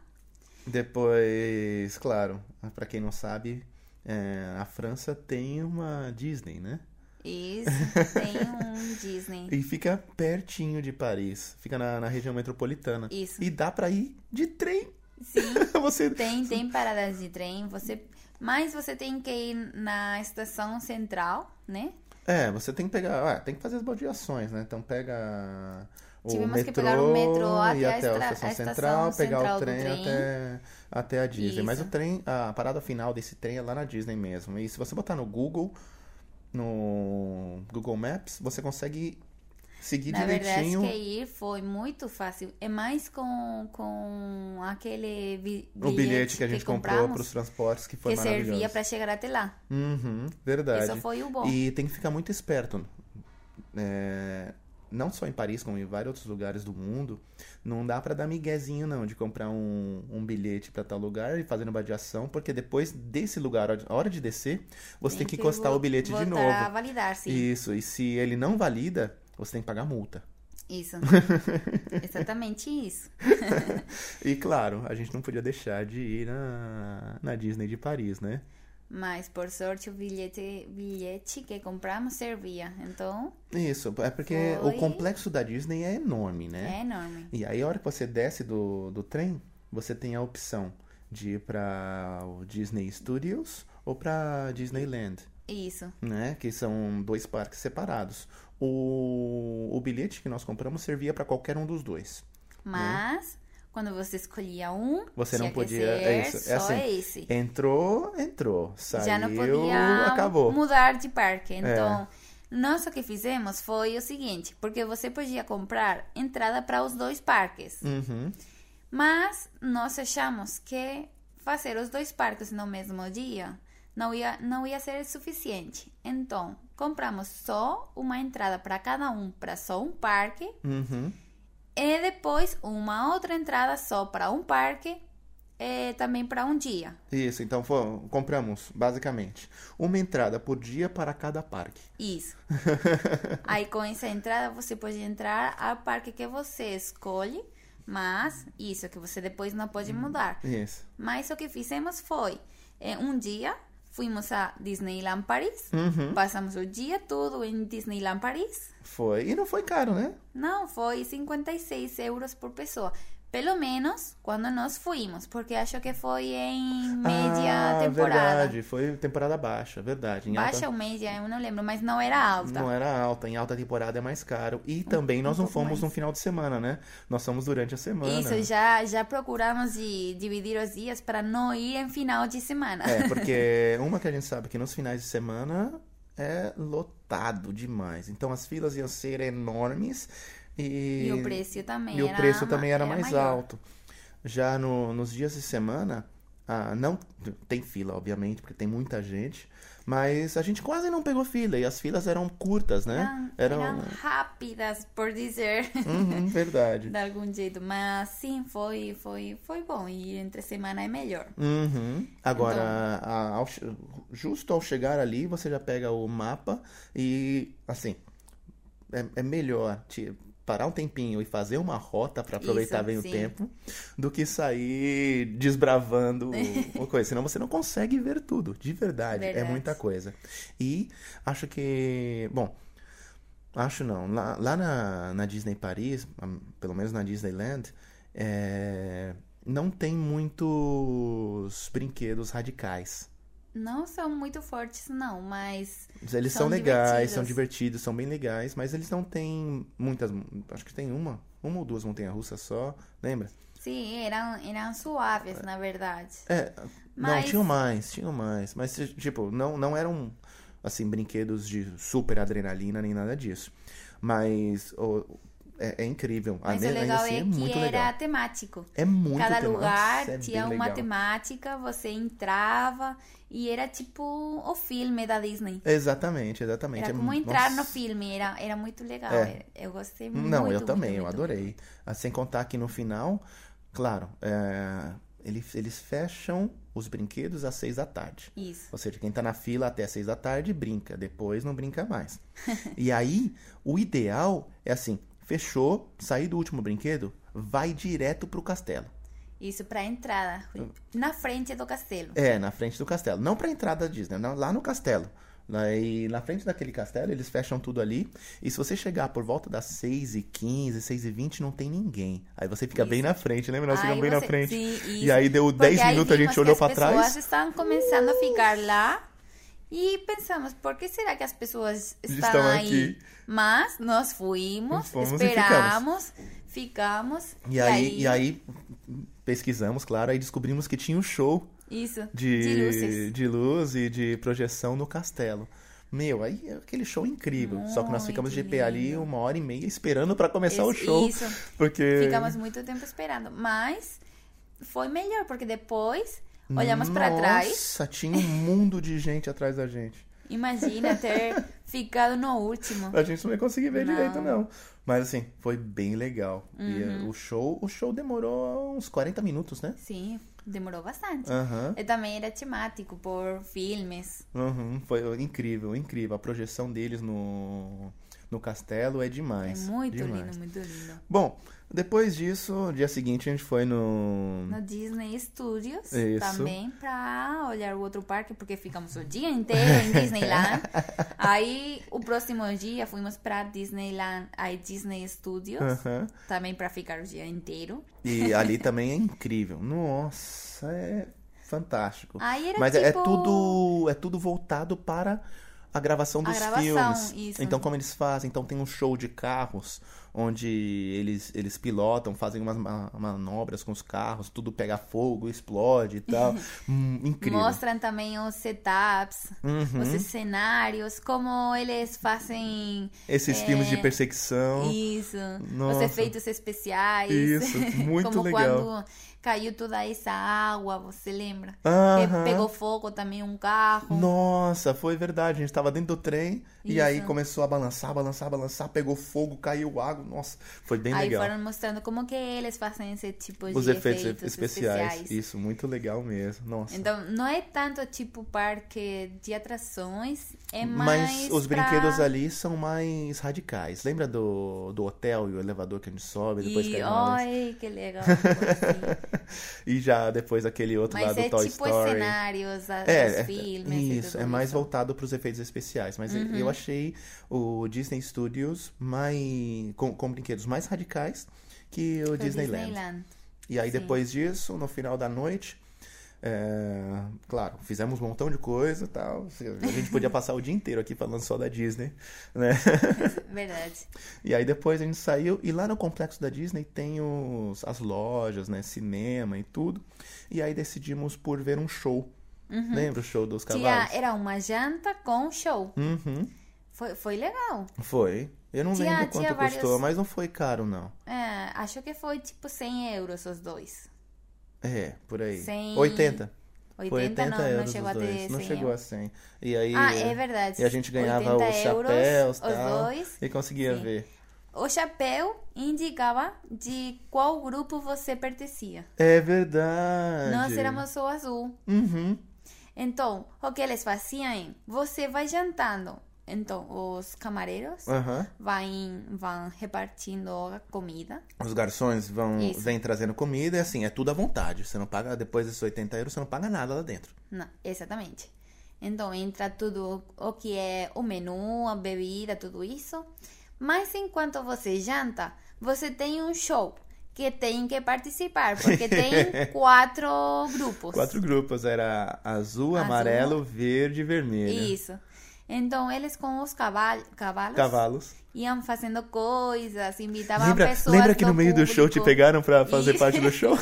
S2: Depois, claro, pra quem não sabe, é, a França tem uma Disney, né?
S1: Isso,
S2: <laughs>
S1: tem um Disney.
S2: E fica pertinho de Paris, fica na, na região metropolitana.
S1: Isso.
S2: E dá pra ir de trem.
S1: Sim,
S2: <laughs> Você
S1: tem, tem paradas de trem, você, mas você tem que ir na estação central, né?
S2: É, você tem que pegar. ah, tem que fazer as baldeações, né? Então pega o
S1: Tivemos
S2: metrô
S1: que pegar o metrô até
S2: e
S1: a
S2: até a
S1: estra-
S2: estação
S1: a estação
S2: central, pegar
S1: central
S2: o
S1: do
S2: trem,
S1: trem.
S2: até até a Disney. Mas o
S1: Isso.
S2: trem, a parada final desse trem é lá na Disney mesmo. E se você botar no Google, no Google Maps, você consegue seguir
S1: Na verdade,
S2: direitinho.
S1: que ir foi muito fácil. É mais com, com aquele bi-
S2: O
S1: é bilhete,
S2: bilhete que a gente comprou
S1: compramos,
S2: para os transportes, que foi
S1: que servia
S2: maravilhoso.
S1: para chegar até lá.
S2: Uhum, verdade.
S1: Isso foi o bom.
S2: E tem que ficar muito esperto. É, não só em Paris, como em vários outros lugares do mundo, não dá pra dar miguezinho, não, de comprar um, um bilhete pra tal lugar e fazendo vadiação, porque depois desse lugar, a hora de descer, você tem, que encostar
S1: vo-
S2: o bilhete de
S1: voltar
S2: novo.
S1: a validar, sim.
S2: Isso, e se ele não valida, você tem que pagar multa. <laughs>
S1: Isso. Exatamente isso.
S2: E claro, a gente não podia deixar de ir na, na Disney de Paris, né?
S1: Mas, por sorte, o bilhete, bilhete que compramos servia. Então,
S2: Isso, é porque
S1: Foi.
S2: o complexo da Disney é enorme, né?
S1: é enorme.
S2: E aí, a hora que você desce do, do trem, você tem a opção de ir para o Disney Studios ou para Disneyland,
S1: Isso.
S2: né? Que são dois parques separados. O, o bilhete que nós compramos servia para qualquer um dos dois.
S1: Mas, quando você escolhia um,
S2: Você
S1: tinha
S2: não
S1: que
S2: podia-
S1: ser
S2: é isso, é
S1: só
S2: assim.
S1: esse.
S2: Entrou, entrou. Saiu,
S1: já não podia
S2: acabou. É.
S1: mudar de parque. Então, nós o que fizemos foi o seguinte, porque você podia comprar entrada para os dois parques,
S2: Uhum.
S1: mas nós achamos que fazer os dois parques no mesmo dia não ia não ia ser suficiente. Então, compramos só uma entrada para cada um, para só um parque,
S2: Uhum.
S1: e depois uma outra entrada só para um parque, e também para um dia.
S2: Isso, então fo- compramos, basicamente, uma entrada por dia para cada parque. <laughs>
S1: Isso. Aí com essa entrada você pode entrar ao parque que você escolhe, mas isso que você depois não pode
S2: Uhum.
S1: mudar.
S2: Isso.
S1: Mas o que fizemos foi, eh, um dia fuimos a Disneyland Paris,
S2: Uhum.
S1: passamos o dia todo em Disneyland Paris.
S2: Foi. E não foi caro, né?
S1: Não, foi 56 euros por pessoa. Pelo menos quando nós fuimos, porque acho que foi em média
S2: ah,
S1: temporada.
S2: verdade, foi temporada baixa, verdade. Em alta-
S1: Baixa ou média, eu não lembro, mas não era alta.
S2: Não era alta, em alta temporada é mais caro. E também nós
S1: um
S2: não
S1: pouco
S2: fomos
S1: mais.
S2: no final de semana, né? Nós fomos durante a semana.
S1: Isso, já, já procuramos de dividir os dias para não ir em final de semana.
S2: É, porque <laughs> uma que a gente sabe que nos finais de semana é lotado demais. Então as filas iam ser enormes
S1: <laughs>
S2: e,
S1: E o preço também
S2: e o
S1: era,
S2: preço também era, mais
S1: maior.
S2: alto. Já no- nos dias de semana, ah, não tem fila, obviamente, porque tem muita gente, mas a gente quase não pegou fila e as filas eram curtas, né?
S1: Eram, eram rápidas, por dizer, <laughs>
S2: Uhum, verdade.
S1: de algum jeito. Mas sim, foi, foi, foi bom. E entre semana é melhor.
S2: Uhum. Agora,
S1: Então
S2: a- ao che- justo ao chegar ali, você já pega o mapa e, assim, é, é melhor te parar um tempinho e fazer uma rota para aproveitar
S1: Isso,
S2: bem o
S1: sim.
S2: tempo do que sair
S1: <laughs>
S2: desbravando uma coisa. Senão você não consegue ver tudo, de verdade. É
S1: Verdade.
S2: muita coisa. E acho que, bom, Acho não. Lá, lá na, na Disney Paris, hum, pelo menos na Disneyland, é, não tem muitos brinquedos radicais.
S1: Não são muito fortes, não, mas
S2: Eles
S1: São
S2: são, legais,
S1: divertidos.
S2: são divertidos, são bem legais, mas eles não têm muitas. Acho que tem uma, uma ou duas montanhas-russas só, lembra?
S1: sim, eram, eram suaves, na verdade.
S2: É, não,
S1: Mas-
S2: tinham mais, tinham mais. Mas, tipo, não, não eram, assim, brinquedos de super adrenalina nem nada disso. Mas ô, é, é incrível.
S1: Mas
S2: Ainda-
S1: o legal
S2: ainda assim,
S1: é
S2: é
S1: que
S2: muito
S1: era
S2: legal.
S1: temático.
S2: É muito
S1: Cada
S2: tema-
S1: lugar
S2: Nossa, é
S1: tinha
S2: bem
S1: uma
S2: legal.
S1: temática, você entrava e era tipo o filme da Disney.
S2: Exatamente, exatamente.
S1: Era
S2: É-
S1: como entrar no
S2: nossa.
S1: filme, era, era muito legal.
S2: É.
S1: Eu gostei muito.
S2: Não, eu
S1: muito,
S2: também, eu
S1: muito.
S2: adorei. Ah, Sem contar que no final, claro, é, eles, eles fecham os brinquedos às seis da tarde.
S1: Isso.
S2: Ou seja, quem tá na fila até às seis da tarde brinca, depois não brinca mais.
S1: <laughs>
S2: E aí, o ideal é assim: fechou, sair do último brinquedo, vai direto pro castelo.
S1: Isso pra entrada,
S2: Hum.
S1: na frente do castelo.
S2: É, na frente do castelo. Não pra entrada da Disney, não, lá no castelo. Lá, e na frente daquele castelo, eles fecham tudo ali. E se você chegar por volta das 6h15, 6h20, não tem ninguém. Aí você fica bem na frente, lembra? Nós
S1: Aí
S2: ficamos bem na
S1: você-
S2: frente.
S1: Sim, isso.
S2: E aí deu
S1: Porque
S2: 10
S1: aí
S2: minutos, a
S1: vimos
S2: gente
S1: que
S2: olhou
S1: as
S2: pra trás.
S1: pessoas estavam começando a ficar lá E pensamos, por que será que as pessoas estão,
S2: Estão
S1: aí?
S2: aqui.
S1: Mas nós fuimos,
S2: Fomos e
S1: esperamos, ficamos.
S2: E, aí, e aí pesquisamos, claro, aí descobrimos que tinha um show
S1: Isso.
S2: de,
S1: de luzes.
S2: de luz e de projeção no castelo. Meu, aí é aquele show incrível. Só que nós
S1: Muito
S2: ficamos de pé ali
S1: lindo.
S2: uma hora e meia esperando pra começar o
S1: Isso,
S2: show. É.
S1: Isso.
S2: Porque.
S1: Ficamos muito tempo esperando. Mas foi melhor, porque depois olhamos para trás.
S2: Nossa, tinha um mundo de gente atrás da gente.
S1: Imagina
S2: <laughs>
S1: ter ficado no último.
S2: A gente não ia conseguir ver
S1: Não. Uhum.
S2: direito, não. Mas assim, foi bem legal. E eh, o show, o show demorou uns 40 minutos, né?
S1: Sim, demorou bastante.
S2: Aham.
S1: E também era temático por filmes.
S2: Uhum, foi incrível, incrível. A projeção deles no, no castelo é demais.
S1: é muito
S2: demais.
S1: lindo, muito lindo.
S2: Bom, depois disso, dia seguinte a gente foi no.
S1: No Disney Studios
S2: Isso.
S1: também para olhar o outro parque, porque ficamos o dia inteiro
S2: <laughs>
S1: em Disneyland. Aí o próximo dia fuimos para Disneyland, aí Disney Studios,
S2: Aham.
S1: também para ficar o dia inteiro.
S2: E ali também é incrível. Nossa, é fantástico.
S1: Aí era
S2: Mas
S1: tipo...
S2: é- é tudo é tudo voltado para a gravação
S1: A
S2: dos
S1: gravação,
S2: filmes.
S1: isso.
S2: Então como eles fazem? Então tem um show de carros onde eles eles pilotam, fazem umas ma- manobras com os carros, tudo pega fogo, explode
S1: <laughs>
S2: e tal. Hum, incrível.
S1: Mostram também os setups,
S2: Uhum.
S1: os cenários, como eles fazem
S2: Esses
S1: é,
S2: filmes de perseguição.
S1: isso, os
S2: Uhum. Nossa.
S1: efeitos especiais.
S2: Isso, muito
S1: <laughs> como
S2: legal.
S1: quando caiu toda essa água, você lembra?
S2: Aham.
S1: Que pegou fogo também um carro.
S2: Nossa, foi verdade. A gente tava dentro do trem e
S1: Isso.
S2: aí começou a balançar, balançar, balançar, pegou fogo, caiu água. Nossa, foi bem
S1: Aí
S2: legal.
S1: foram mostrando como que eles fazem esse tipo
S2: Os
S1: de
S2: efeitos, especiais. Isso, muito legal mesmo. Nossa.
S1: Então, não é tanto tipo parque de atrações, é mais
S2: Mas os
S1: pra-
S2: brinquedos ali são mais radicais. Lembra do, do hotel e o elevador que a gente sobe e depois
S1: E,
S2: cai na luz?
S1: ai, que
S2: <laughs>
S1: legal. assim.
S2: E já depois aquele outro lá
S1: Mas
S2: do
S1: é
S2: Toy
S1: tipo os
S2: Story. É,
S1: cenários, a- os filmes e
S2: isso,
S1: tudo Uhum.
S2: é mais voltado para os efeitos especiais. Mas eu achei o Disney Studios mais, com, com brinquedos mais radicais que o
S1: Pro
S2: Disneyland. E aí
S1: Sim.
S2: depois disso, no final da noite, é, claro, fizemos um montão de coisa e tal. A
S1: <laughs>
S2: gente podia passar o dia inteiro aqui falando só da Disney, né?
S1: <laughs> Verdade.
S2: E aí depois a gente saiu e lá no complexo da Disney tem os, as lojas, né? Cinema e tudo. E aí decidimos por ver um show. Lembra o show dos
S1: Uhum. Tinha,
S2: cavalos?
S1: era uma janta com show.
S2: Uhum,
S1: Foi, foi legal.
S2: foi. Eu não
S1: Tinha-
S2: lembro quanto
S1: tinha vários-
S2: custou, mas não foi caro, não.
S1: É, acho que foi tipo 100 euros os dois.
S2: É, por aí.
S1: Cem-
S2: 80. Foi
S1: 80,
S2: 80
S1: não,
S2: euros
S1: não chegou
S2: os
S1: a ter
S2: dois.
S1: 100
S2: não chegou
S1: euros.
S2: a 100. E aí...
S1: Ah, é verdade.
S2: E a gente ganhava
S1: 80
S2: os
S1: euros,
S2: chapéus
S1: os
S2: tal,
S1: dois.
S2: e conseguia
S1: Sim.
S2: ver.
S1: O chapéu indicava de qual grupo você pertencia.
S2: É verdade.
S1: Nós éramos o azul.
S2: Uhum.
S1: Então, o que eles faziam é, você vai jantando. Então, os camareiros
S2: aham.
S1: vão, vão repartindo a comida.
S2: Os garçons vão
S1: Isso.
S2: vêm trazendo comida e assim, é tudo à vontade. Você não paga, depois desses 80 euros, você não paga nada lá dentro.
S1: Não, exatamente. Então, entra tudo o que é o menu, a bebida, tudo isso. Mas enquanto você janta, você tem um show que tem que participar, porque tem quatro grupos.
S2: Quatro grupos, era azul, amarelo, verde e vermelho.
S1: Isso. Então, eles com os caval cavalos
S2: Cavalos.
S1: iam fazendo coisas, invitavam
S2: lembra,
S1: pessoas
S2: lembra que no meio do show te
S1: público.
S2: pegaram pra fazer
S1: Isso.
S2: parte do
S1: <laughs>
S2: show?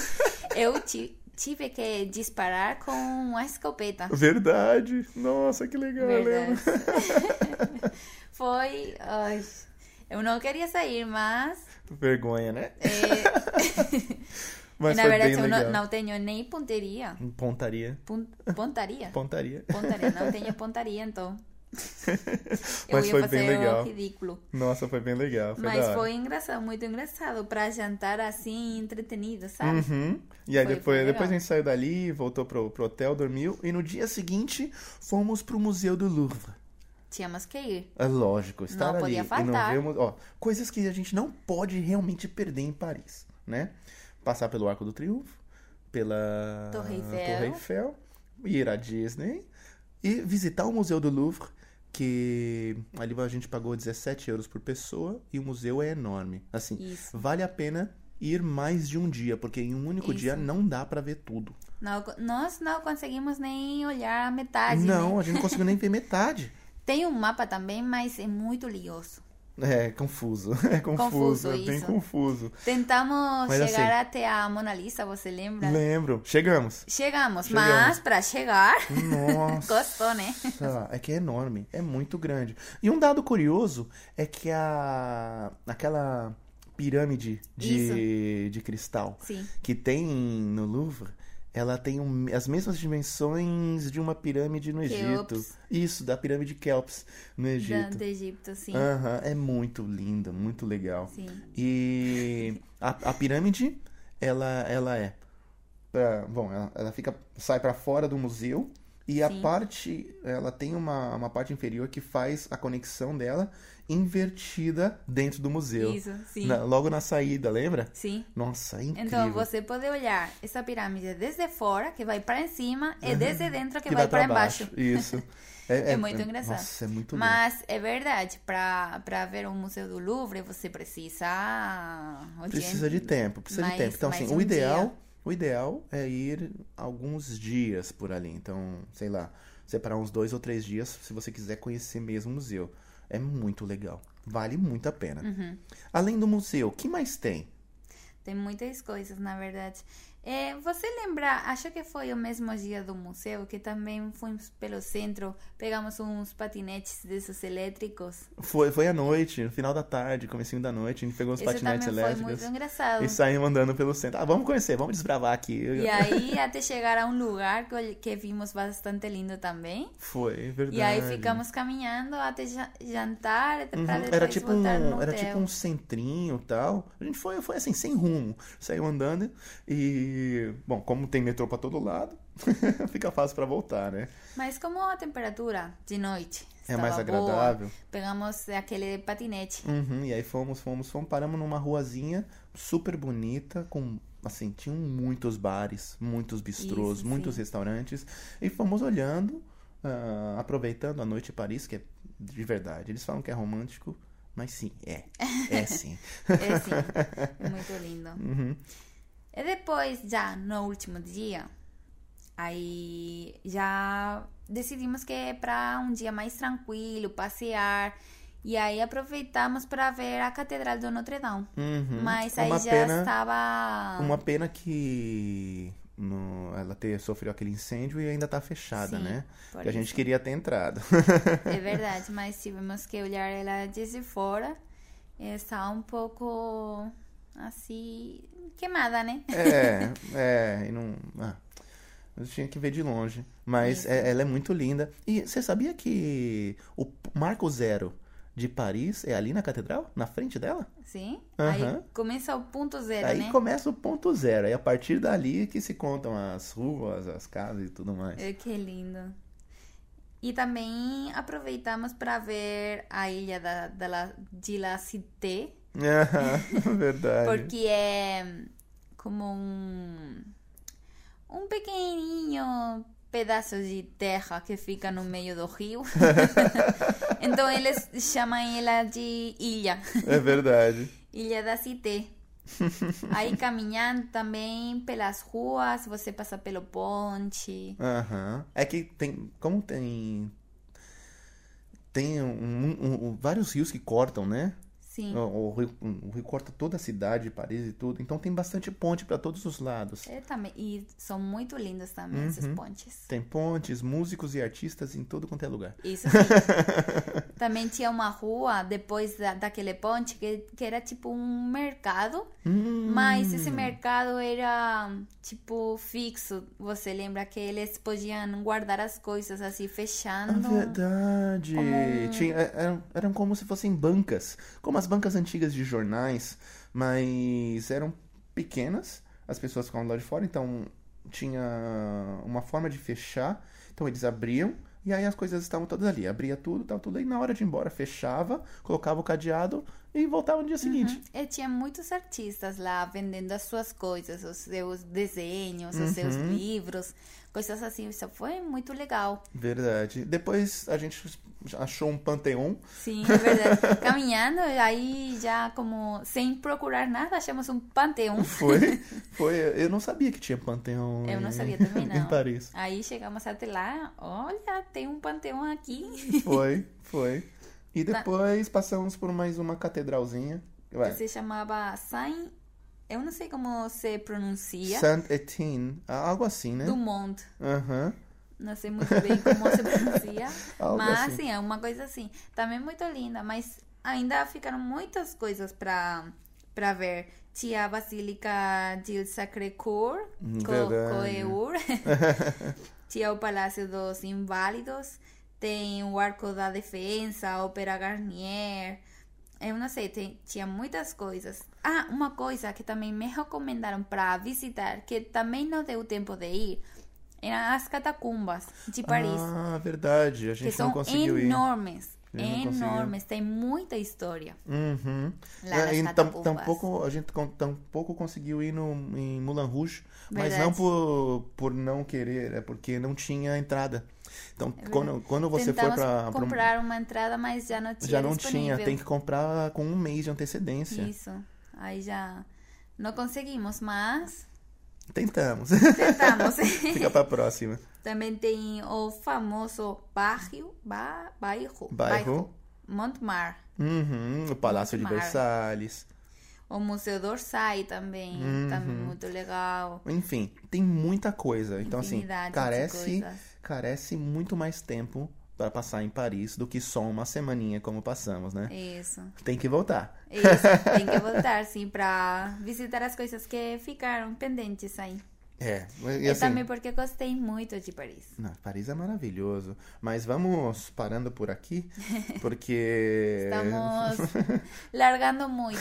S1: Eu ti- tive que disparar com uma escopeta.
S2: Verdade. Nossa, que legal,
S1: Verdade.
S2: lembra?
S1: <laughs> Foi. ai, eu não queria sair, mas.
S2: <laughs> Vergonha, né?
S1: é,
S2: <laughs> Mas
S1: na
S2: foi
S1: verdade,
S2: bem
S1: eu não,
S2: legal. Um
S1: não tenho nem ponteria.
S2: Pontaria.
S1: Pon- pontaria.
S2: Pontaria. <laughs>
S1: Pontaria. Não tenho pontaria, então. Eu
S2: Mas
S1: ia
S2: foi bem
S1: fazer
S2: legal.
S1: o ridículo.
S2: Nossa, foi bem legal. Foi da
S1: Mas
S2: hora.
S1: foi engraçado, muito engraçado. Pra jantar assim, entretenido, sabe?
S2: Uhum. E aí
S1: Foi- foi
S2: depois, depois a
S1: legal.
S2: gente saiu dali, voltou pro, pro hotel, dormiu. E no dia seguinte fomos pro Museu do Louvre.
S1: Tínhamos que ir.
S2: É lógico,
S1: Não
S2: estar ali
S1: podia
S2: e não
S1: faltar.
S2: vemos, ó, coisas que a gente não pode realmente perder em Paris, né? Passar pelo Arco do Triunfo, pela
S1: Torre Eiffel.
S2: Torre Eiffel, ir à Disney e visitar o Museu do Louvre, que ali a gente pagou 17 euros por pessoa e o museu é enorme. Assim,
S1: Isso.
S2: vale a pena ir mais de um dia, porque em um único
S1: Isso.
S2: dia não dá pra ver tudo.
S1: Não, nós não conseguimos nem olhar a metade.
S2: não,
S1: né?
S2: a gente não conseguiu nem
S1: <laughs>
S2: ver metade.
S1: Tem um mapa também, mas é muito lioso.
S2: É, confuso. <laughs> É confuso,
S1: Confuso
S2: é bem
S1: isso.
S2: confuso.
S1: Tentamos
S2: Mas
S1: chegar
S2: assim-
S1: até a Mona Lisa, você lembra?
S2: Lembro.
S1: <laughs>
S2: Chegamos.
S1: Chegamos,
S2: Chegamos.
S1: mas para chegar,
S2: Nossa.
S1: Gostou, né?
S2: É que é enorme, é muito grande. E um dado curioso é que a aquela pirâmide de, de cristal
S1: sim.
S2: que tem no Louvre, ela tem um- as mesmas dimensões de uma pirâmide no Egito.
S1: Keops.
S2: Isso, da pirâmide Kelps no
S1: Da,
S2: Egito.
S1: do Egito, sim.
S2: Aham, é muito linda, muito legal.
S1: Sim.
S2: E a, a pirâmide, ela, ela é. pra- bom, ela, ela fica, sai para fora do museu e a
S1: Sim.
S2: parte, ela tem uma, uma parte inferior que faz a conexão dela invertida dentro do museu.
S1: Isso, sim.
S2: Na- logo na saída, lembra?
S1: Sim.
S2: Nossa, é incrível.
S1: Então você pode olhar essa pirâmide desde fora, que vai para em cima, e desde dentro, que,
S2: Que
S1: vai
S2: pra
S1: para embaixo. <laughs>
S2: Isso.
S1: É muito engraçado.
S2: Nossa, é muito lindo.
S1: Mas é verdade, para ver o Museu do Louvre, você precisa.
S2: Precisa de tempo, precisa de
S1: mais-
S2: tempo. Então,
S1: mais
S2: assim,
S1: um
S2: o ideal, o ideal é ir alguns dias por ali. Então, sei lá, separar uns dois ou três dias se você quiser conhecer mesmo o museu. É muito legal. Vale muito a pena.
S1: Uhum.
S2: Além do museu, o que mais tem?
S1: Tem muitas coisas, na verdade. É, você lembra, acho que foi o mesmo dia do museu, que também fomos pelo centro, pegamos uns patinetes desses elétricos.
S2: Foi, foi à noite, no final da tarde, comecinho da noite, a gente pegou os
S1: Isso
S2: patinetes
S1: também foi
S2: elétricos
S1: muito engraçado.
S2: e saímos andando pelo centro. Ah, vamos conhecer, vamos desbravar aqui.
S1: E aí, até chegar a um lugar que, olhe- que vimos bastante lindo também.
S2: Foi, verdade.
S1: E aí ficamos caminhando até ja- jantar, até
S2: Uhum.
S1: pra depois
S2: Era tipo um,
S1: voltar no
S2: era
S1: hotel.
S2: tipo um centrinho e tal. A gente foi, foi assim, sem rumo. Saiu andando e, bom, como tem metrô pra todo lado, <laughs> fica fácil pra voltar, né?
S1: Mas como a temperatura de noite
S2: é mais
S1: estava boa,
S2: agradável.
S1: pegamos aquele patinete.
S2: Uhum, e aí fomos, fomos, fomos, paramos numa ruazinha super bonita, com assim, tinham muitos bares, muitos bistrôs,
S1: Isso,
S2: muitos
S1: sim.
S2: restaurantes, e fomos olhando, ah, aproveitando a noite em Paris, que é de verdade. Eles falam que é romântico, mas sim, é. É
S1: <laughs>
S2: sim.
S1: É sim, muito lindo.
S2: Uhum.
S1: E depois, já no último dia, aí já decidimos que é para um dia mais tranquilo, passear. E aí aproveitamos para ver a Catedral do Notre Dame.
S2: Uhum.
S1: Mas
S2: É
S1: aí
S2: uma
S1: já
S2: pena,
S1: estava.
S2: Uma pena que no- ela ter sofrido aquele incêndio e ainda tá fechada,
S1: Sim,
S2: né?
S1: por
S2: Que a gente
S1: isso.
S2: queria ter entrado.
S1: <laughs> É verdade, mas tivemos que olhar ela desde fora. Está um pouco assim queimada, né?
S2: é, é, e não. Ah, eu tinha que ver de longe. Mas
S1: Isso.
S2: é- ela é muito linda. E você sabia que o P- Marco Zero de Paris é ali na catedral? Na frente dela?
S1: Sim.
S2: Aham.
S1: Aí começa o ponto zero,
S2: Aí
S1: né?
S2: começa o ponto zero. Aí a partir dali que se contam as ruas, as casas e tudo mais.
S1: É, Que lindo. E também aproveitamos para ver a ilha da, da La- de La Cité, É.
S2: <laughs> Verdade.
S1: porque é como um, um pequenininho pedaço de terra que fica no meio do rio. então eles chamam ela de ilha,
S2: É verdade.
S1: Ilha da Cité. Aí caminhando também pelas ruas, você passa pelo ponte.
S2: Aham. É que tem. Como tem. Tem um- um- um- vários rios que cortam, né?
S1: Sim.
S2: O, o rio, um, o rio corta toda a cidade, Paris e tudo. Então tem bastante ponte pra todos os lados.
S1: É, também. E são muito lindos também esses
S2: Uhum.
S1: pontes.
S2: Tem pontes, músicos e artistas em todo quanto é lugar. <laughs>
S1: Isso sim. também tinha uma rua depois da, daquele ponte que, que era tipo um mercado,
S2: Hum.
S1: mas esse mercado era tipo fixo. Você lembra que eles podiam guardar as coisas assim,
S2: Ah,
S1: fechando.
S2: verdade.
S1: como um-
S2: Tinha- é- eram, eram como se fossem bancas, como as bancas antigas de jornais, mas eram pequenas, as pessoas ficavam lá de fora, então tinha uma forma de fechar, então eles abriam. E aí as coisas estavam todas ali, abria tudo, tava tudo aí. Na hora de ir embora, fechava, colocava o cadeado e voltava
S1: Uhum.
S2: no dia seguinte.
S1: E tinha muitos artistas lá vendendo as suas coisas, os seus desenhos, os seus
S2: Uhum.
S1: livros, coisas assim. Isso foi muito legal.
S2: Verdade. Depois a gente achou um panteão.
S1: <laughs> Sim, é verdade. Caminhando, aí já como sem procurar nada, achamos um panteão.
S2: Foi, foi. Eu não sabia que tinha panteão.
S1: Eu não
S2: em-
S1: sabia também, não.
S2: <laughs> Em Paris.
S1: Aí chegamos até lá, olha, tem um panteão aqui
S2: Foi, foi. E depois passamos por mais uma catedralzinha.
S1: que se chamava Saint... eh, Eu não sei como se pronuncia.
S2: Saint Etienne, algo assim, né?
S1: do Dumont.
S2: Aham.
S1: Não sei muito bem como se pronuncia.
S2: Algo
S1: mas
S2: assim.
S1: assim, é uma coisa assim. Também muito linda, mas ainda ficaram muitas coisas pra, pra ver. Tinha a Basílica de Sacré-Cœur,
S2: Hum,
S1: Co-
S2: verdade. <laughs>
S1: Coeur. Tinha o Palácio dos Inválidos, tem o Arco da Defensa, a Ópera Garnier. Eu não sei, tem- tinha muitas coisas. Ah, uma coisa que também me recomendaram para visitar, que também não deu tempo de ir, eram as catacumbas de Paris
S2: Ah, verdade. A
S1: que
S2: gente não
S1: são
S2: conseguiu ir.
S1: enormes,
S2: A gente não conseguiu.
S1: enormes, tem muita história.
S2: Uhum.
S1: Lá
S2: É,
S1: nas
S2: e tam-
S1: catacumbas.
S2: tampouco a gente con- tampouco conseguiu ir no, em Moulin Rouge, mas
S1: Verdade.
S2: não por, por não querer, é porque não tinha entrada. Então, quando, quando você
S1: É Tentamos
S2: for para
S1: comprar uma entrada, mas já não tinha
S2: um já não
S1: disponível.
S2: tinha, tem que comprar com um mês de antecedência.
S1: Isso, aí já não conseguimos, mas
S2: Tentamos. <laughs>
S1: tentamos. <laughs>
S2: Fica pra próxima.
S1: Também tem o famoso bairro, ba, bairro,
S2: Bairro.
S1: Montmartre,
S2: Uhum, o Palácio de
S1: Mar.
S2: Versalhes.
S1: o Museu d'Orsay também, também muito legal.
S2: Enfim, tem muita coisa. Uhum. Então, assim,
S1: Infinidade de
S2: carece,
S1: coisas.
S2: <laughs> carece muito mais tempo pra passar em Paris do que só uma semaninha como passamos, né?
S1: Isso.
S2: Tem que voltar.
S1: Isso, tem que voltar, sim, pra visitar as coisas que ficaram pendentes aí.
S2: É, e
S1: E
S2: assim,
S1: também porque gostei muito de Paris.
S2: não, Paris é maravilhoso. Mas vamos parando
S1: <laughs>
S2: por aqui, porque. <laughs>
S1: Estamos largando muito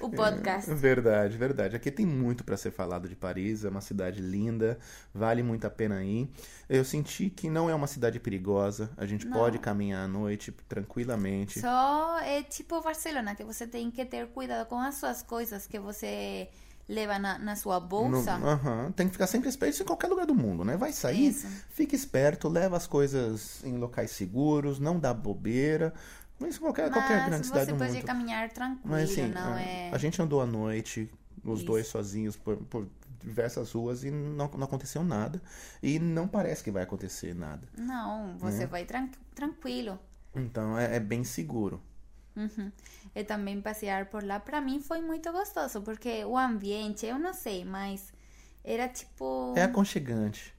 S1: o podcast.
S2: Eh, Verdade, verdade. Aqui tem muito pra ser falado de Paris, é uma cidade linda, vale muito a pena ir. Eu senti que não é uma cidade perigosa, a gente
S1: Não.
S2: pode caminhar à noite tranquilamente.
S1: Só é eh, tipo Barcelona, que você tem que ter cuidado com as suas coisas que eh, você leva na, na sua bolsa.
S2: No- Aham. Tem que ficar sempre esperto isso em qualquer lugar do mundo, né? Vai sair,
S1: Isso.
S2: fica esperto, leva as coisas em locais seguros, não dá bobeira. Isso em qualquer, qualquer grande
S1: Mas
S2: cidade
S1: você
S2: do
S1: pode
S2: mundo.
S1: caminhar tranquilo, Eh,
S2: Mas ah, assim,
S1: não
S2: a,
S1: é...
S2: a gente andou à noite, os
S1: Isso.
S2: dois sozinhos por, por diversas ruas e não, não aconteceu nada. E não parece que vai acontecer nada.
S1: Não,
S2: Eh.
S1: você vai tran- tranquilo.
S2: Então é, é bem seguro.
S1: Uhum. E também passear por lá, para mim foi muito gostoso, porque o ambiente, eu não sei, mas era tipo.
S2: É aconchegante.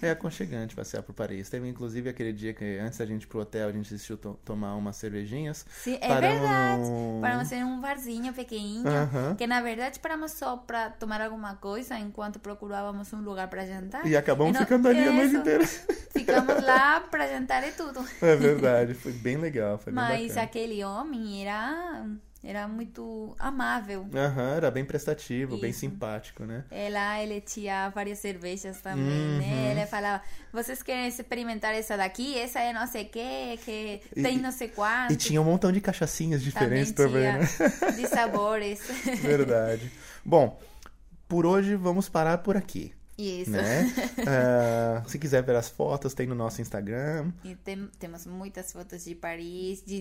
S2: É aconchegante passear por Paris. Teve inclusive aquele dia que antes da gente ir pro hotel, a gente decidiu to- tomar umas cervejinhas.
S1: Sim, é
S2: Paramos
S1: verdade.
S2: num-
S1: Paramos em um barzinho pequenininho,
S2: Aham.
S1: que na verdade paramos só para tomar alguma coisa enquanto procurávamos um lugar para jantar.
S2: E acabamos
S1: não-
S2: ficando ali a noite
S1: Isso.
S2: inteira.
S1: Ficamos
S2: <laughs>
S1: lá para jantar e tudo.
S2: É verdade, foi bem legal, foi bem
S1: Mas
S2: bacana.
S1: aquele homem era, era muito amável.
S2: Aham, era bem prestativo, bem
S1: Isso.
S2: simpático, né?
S1: Ela, ele tinha várias cervejas também,
S2: Uhum.
S1: né? Ele falava, vocês querem experimentar essa daqui? Essa é não sei o que, que
S2: E-
S1: tem não sei quanto.
S2: E tinha um montão de cachaçinhas
S1: Ah, Também
S2: diferentes também, né?
S1: tinha de sabores. <laughs>
S2: <laughs> Verdade. Bom, por hoje vamos parar por aqui,
S1: Isso. <laughs>
S2: né? Ah, se quiser ver as fotos, tem no nosso Instagram.
S1: E tem- temos muitas fotos de Paris, de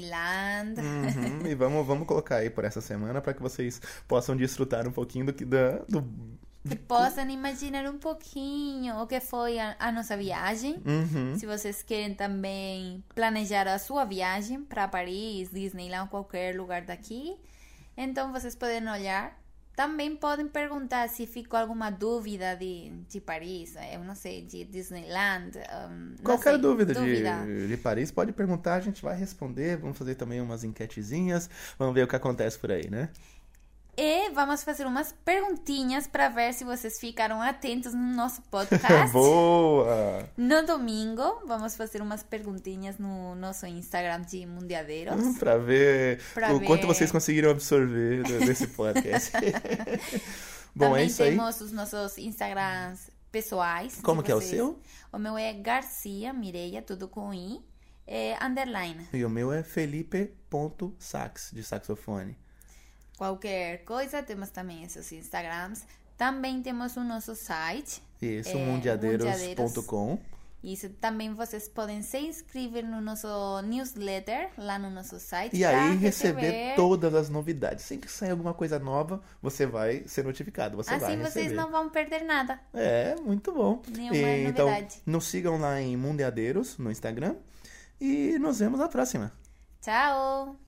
S1: Disneyland.
S2: Uhum, e vamos, vamos colocar aí por essa semana para que vocês possam desfrutar um pouquinho do que da, do.
S1: Que possam imaginar um pouquinho o que foi a, a nossa viagem.
S2: Uhum,
S1: Se vocês querem também planejar a sua viagem para Paris, Disneyland, qualquer lugar daqui, então vocês podem olhar. Também podem perguntar se ficou alguma dúvida de, de Paris, eh, eu não sei, de Disneyland. hum, não
S2: Qualquer
S1: sei,
S2: dúvida, de- De, Paris, pode perguntar, a gente vai responder. Vamos fazer também umas enquetezinhas. Vamos ver o que acontece por aí, né?
S1: E vamos fazer umas perguntinhas para ver se vocês ficaram atentos no
S2: <laughs>
S1: nosso podcast.
S2: Boa!
S1: No domingo, vamos fazer umas perguntinhas no nosso Instagram de Mundiadeiros.
S2: Hum, Pra ver
S1: Pra
S2: o quanto
S1: ver.
S2: vocês conseguiram absorver do- desse
S1: <laughs>
S2: podcast. Bom,
S1: Também
S2: é isso aí.
S1: temos os nossos Instagrams pessoais.
S2: Como
S1: se
S2: que é o
S1: vocês-
S2: seu?
S1: O meu é Garcia Mireia, tudo com I. é underline.
S2: E o meu é felipe.sax, de saxofone.
S1: Qualquer coisa, temos também esses Instagrams. Também temos o nosso site.
S2: Isso,
S1: É,
S2: mundiadeiros.com.
S1: Isso também vocês podem pues, se inscrever no nosso newsletter, lá no nosso site.
S2: E
S1: pra
S2: aí receber todas as novidades. Sempre que sair alguma coisa nova, você vai ser notificado. Você vai
S1: Assim
S2: receber.
S1: vocês não vão perder nada.
S2: É, muito bom.
S1: Nenhuma
S2: então,
S1: novidade.
S2: nos sigam lá em Mundeadeiros no Instagram. E nos vemos na próxima.
S1: Tchau!